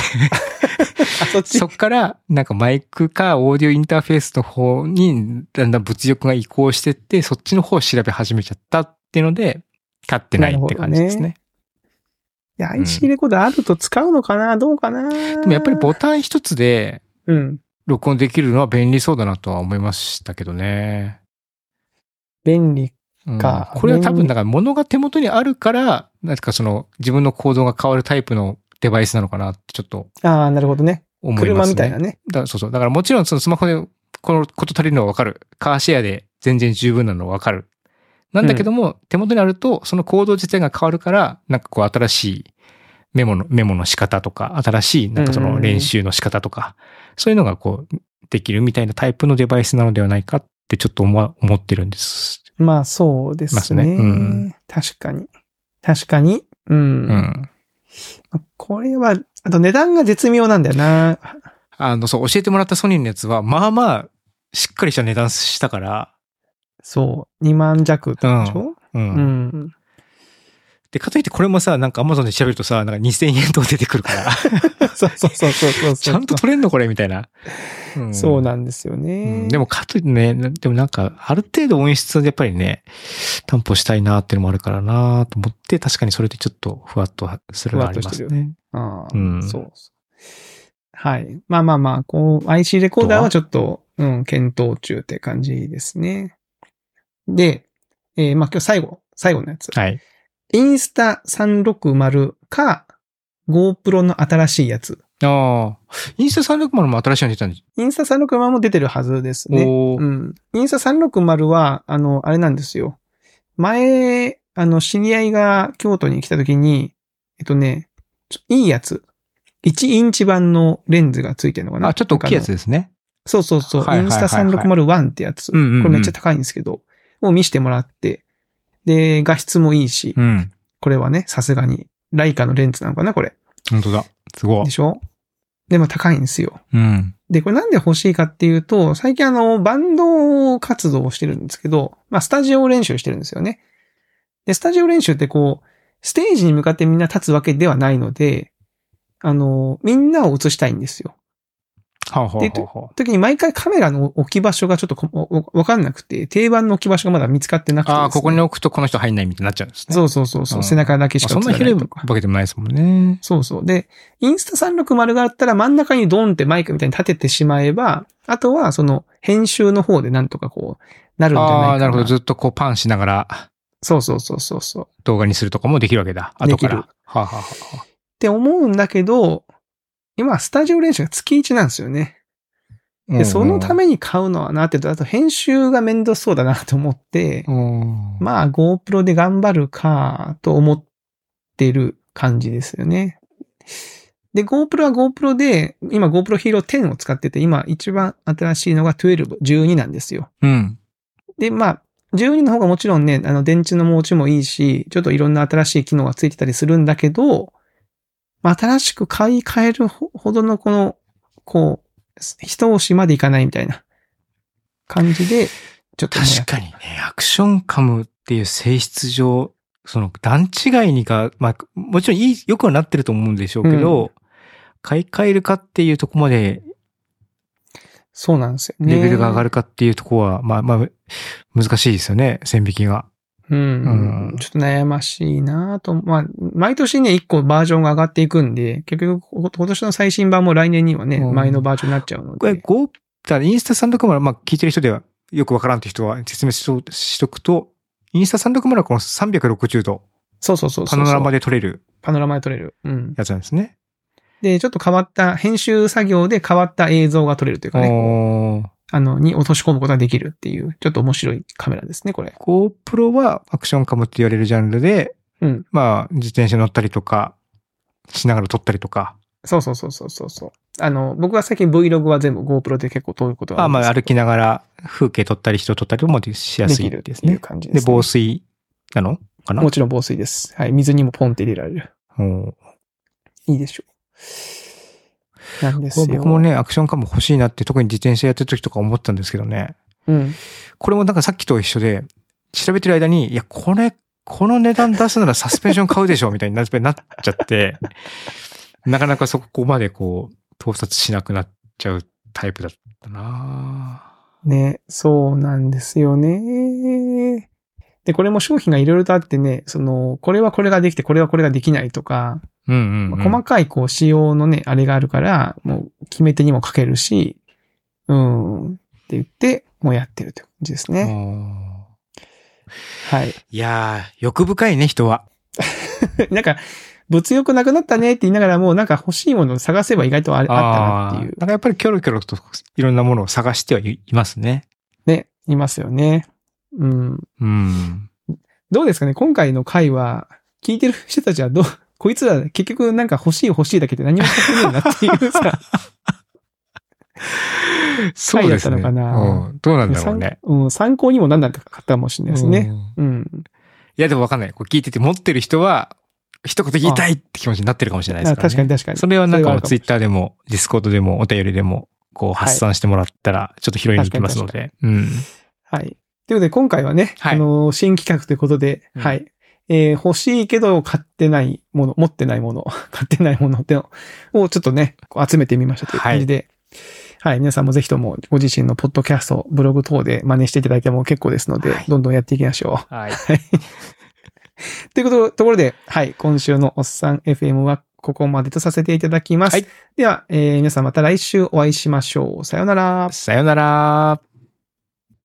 あ、そっちそっからなんかマイクかオーディオインターフェースの方にだんだん物欲が移行してって、そっちの方を調べ始めちゃったっていうので、買ってないって感じですね。いや、IC レコーダーあると使うのかな、どうかな。ででもやっぱりボタン一つでうん。録音できるのは便利そうだなとは思いましたけどね。便利。うんかこれは多分だから物が手元にあるから、なんかその自分の行動が変わるタイプのデバイスなのかなってちょっとああ、なるほどね。思いますね。車みたいなね。だそうそう。だからもちろんそのスマホでこのこと足りるのはわかる。カーシェアで全然十分なのはわかる。なんだけども、手元にあると、その行動自体が変わるから、なんかこう新しい、メモの、メモの仕方とか、新しいなんかその練習の仕方とか、そういうのがこう、できるみたいなタイプのデバイスなのではないかってちょっと思わ思ってるんです。まあそうですね。ますねうん確かに。確かに。うう。んん。これは、あと値段が絶妙なんだよな。あの、そう、教えてもらったソニーのやつは、まあまあ、しっかりした値段したから、そう。2万弱でしょ、うん。うん、で、かといってこれもさ、なんか Amazon で調べるとさ、なんか2000円とか出てくるから、 そうそうそうそうそう。ちゃんと取れんのこれみたいな。うんそうなんですようね。んでも、かといってね、なでもなんか、ある程度音質でやっぱりね、担保したいなっていうのもあるからなと思って、確かにそれでちょっとふわっとするのはありますふね。ああ、うんそうそうはい。まあまあまあ、こう、IC レコーダーはちょっと、うん、検討中って感じですね。で、えーまあ今日最後、最後のやつ。はい。インスタ360か、GoPro の新しいやつ。ああ、インスタ360も新しいの出たんですインスタ360も出てるはずですね。おうーん。インスタ360は、あの、あれなんですよ。前、あの、知り合いが京都に来た時に、えっとね、ちょいいやつ。1インチ版のレンズがついてるのかなあ、ちょっと大きいやつですね。そうそうそう。はいはいはいはいインスタ360ってやつ。うんうんうんこれめっちゃ高いんですけど、を見してもらって。で、画質もいいし、うん。これはね、さすがに。ライカのレンズなのかな、これ。本当だ。すごいで。しょでも高いんですよ。うん。で、これなんで欲しいかっていうと、最近あの、バンド活動をしてるんですけど、まあ、スタジオ練習してるんですよね。で、スタジオ練習ってこう、ステージに向かってみんな立つわけではないので、あの、みんなを映したいんですよ。はあ、はであはあは時に毎回カメラの置き場所がちょっとこおおわかんなくて、定番の置き場所がまだ見つかってなくてですね、あ。ああ、ここに置くとこの人入んないみたいになっちゃうんですね。そうそうそうそうう、ん背中だけしまあかそん映らなない広いとか。わけでもないですもんね。そうそう。で、インスタ360があったら真ん中にドンってマイクみたいに立ててしまえば、あとはその編集の方でなんとかこう、なるんじゃないかな。ああー、なるほど。ずっとこうパンしながらそうそうそうそうそう。っ動画にするとかもできるわけだ。で後きかるら。はあ、はあはあはて思うんだけど、今スタジオ練習が月1なんですよね。あ、で、そのため、めに買うのはなってと、あと編集が面倒そうだなと思って、うんまあ GoPro で頑張るかと思ってる感じですよね。で、GoPro は GoPro で、今 GoPro Hero 10を使ってて、今一番新しいのが12、12なんですよ。うん。で、まあ、12の方がもちろんね、あの電池の持ちもいいし、ちょっといろんな新しい機能がついてたりするんだけど、まあ、新しく買い替えるほほどのこの、こう、一押しまでいかないみたいな感じで、ちょっとね、確かにね、アクションカムっていう性質上、その段違いにか、まあ、もちろんいい、良くはなってると思うんでしょうけど、買い替えるかっていうとこまでそうなんですよね。レベルが上がるかっていうとこは、まあまあ、難しいですよね、線引きが。うんうんちょっと悩ましいなと。まあ、毎年ね、一個バージョンが上がっていくんで、結局、こ今年の最新版も来年にはね、うん前のバージョンになっちゃうのこれ、で。ゴーだからインスタ360、まあ、聞いてる人ではよくわからんって人は説明しとしとくと、インスタ360はこの360度、そうそうそうそう。パノラマで。で撮れるパノラマで撮れる。うん。やつなんですね。で、ちょっと変わった、編集作業で変わった映像が撮れるというかね、おーあの、に落とし込むことができるっていう、ちょっと面白いカメラですね、これ。 GoPro はアクションカムって言われるジャンルで、うんまあ、自転車乗ったりとか、しながら撮ったりとか、そうそうそうそうそうそう。あの、僕は最近 Vlog は全部 GoPro で結構撮ることがあ多いんまですあ、け歩どきながら風景撮ったり、人撮ったりもしやですいきるってですいねう。感じで、です、ね。防水なのかなもちろん防水です。はい。水にもポンって入れられる。うんいいでしょう。なんですこよ。れ僕も。ね、アクションカム欲しいなって、特に自転車やってる時とか思ったんですけどね。うん。これもなんかさっきと一緒で、調べてる間に、いや、これ、この値段出すならサスペンション買うでしょ、みたいになっなっちゃって、 なかなかそこまでこう、盗撮しなくなっちゃうタイプだったなね、そうなんですよね。で、これも商品がいろいろとあってね、その、これはこれができて、これはこれができないとか、うんうん、うん。まあ細かいこう仕様のね、あれがあるから、もう決め手にも書けるし、うん、って言って、もうやってるって感じですあね。ーはい。 いやー、欲深いね、人は。なんか、物欲なくなったねって言いながらも、なんか欲しいものを探せば意外とああったなっていうー。なんかやっぱりキョロキョロといろんなものを探してはいいますね。ね、いますよね。うん。うん。 どうですかね今回の回は、聞いてる人たちはどう、こいつら結局なんか欲しい欲しいだけで何も買ってねえなっていうさ、そうですね。回だったのかなうん、 どうなんだろうね。うん、参考にもなんなんか買ったかもしれないですね。うんうん。いや、でもわかんない。こう聞いてて、持ってる人は、一言言いたいって気持ちになってるかもしれないですあから、ね。確かに確かに。それはなんそれはあかるかもツイッターでも、ディスコードでも、お便りでも、こう発散してもらったら、ちょっと拾いに行きますので。うん。はい。ということで、今回はね、はいあのー、新企画ということで、うんはい。えー、欲しいけど買ってないもの、持ってないもの、 買ってないものってのをちょっとね、こう集めてみましたという感じで、はい、皆さんもぜひともご自身のポッドキャスト、ブログ等で真似していただいても結構ですので、はいどんどんやっていきましょ はい。う。ということ、ところで、はい、今週のおっさん FM はここまでとさせていただきます。はいでは、えー皆さんまた来週お会いしましょう。さようなら。さよなら。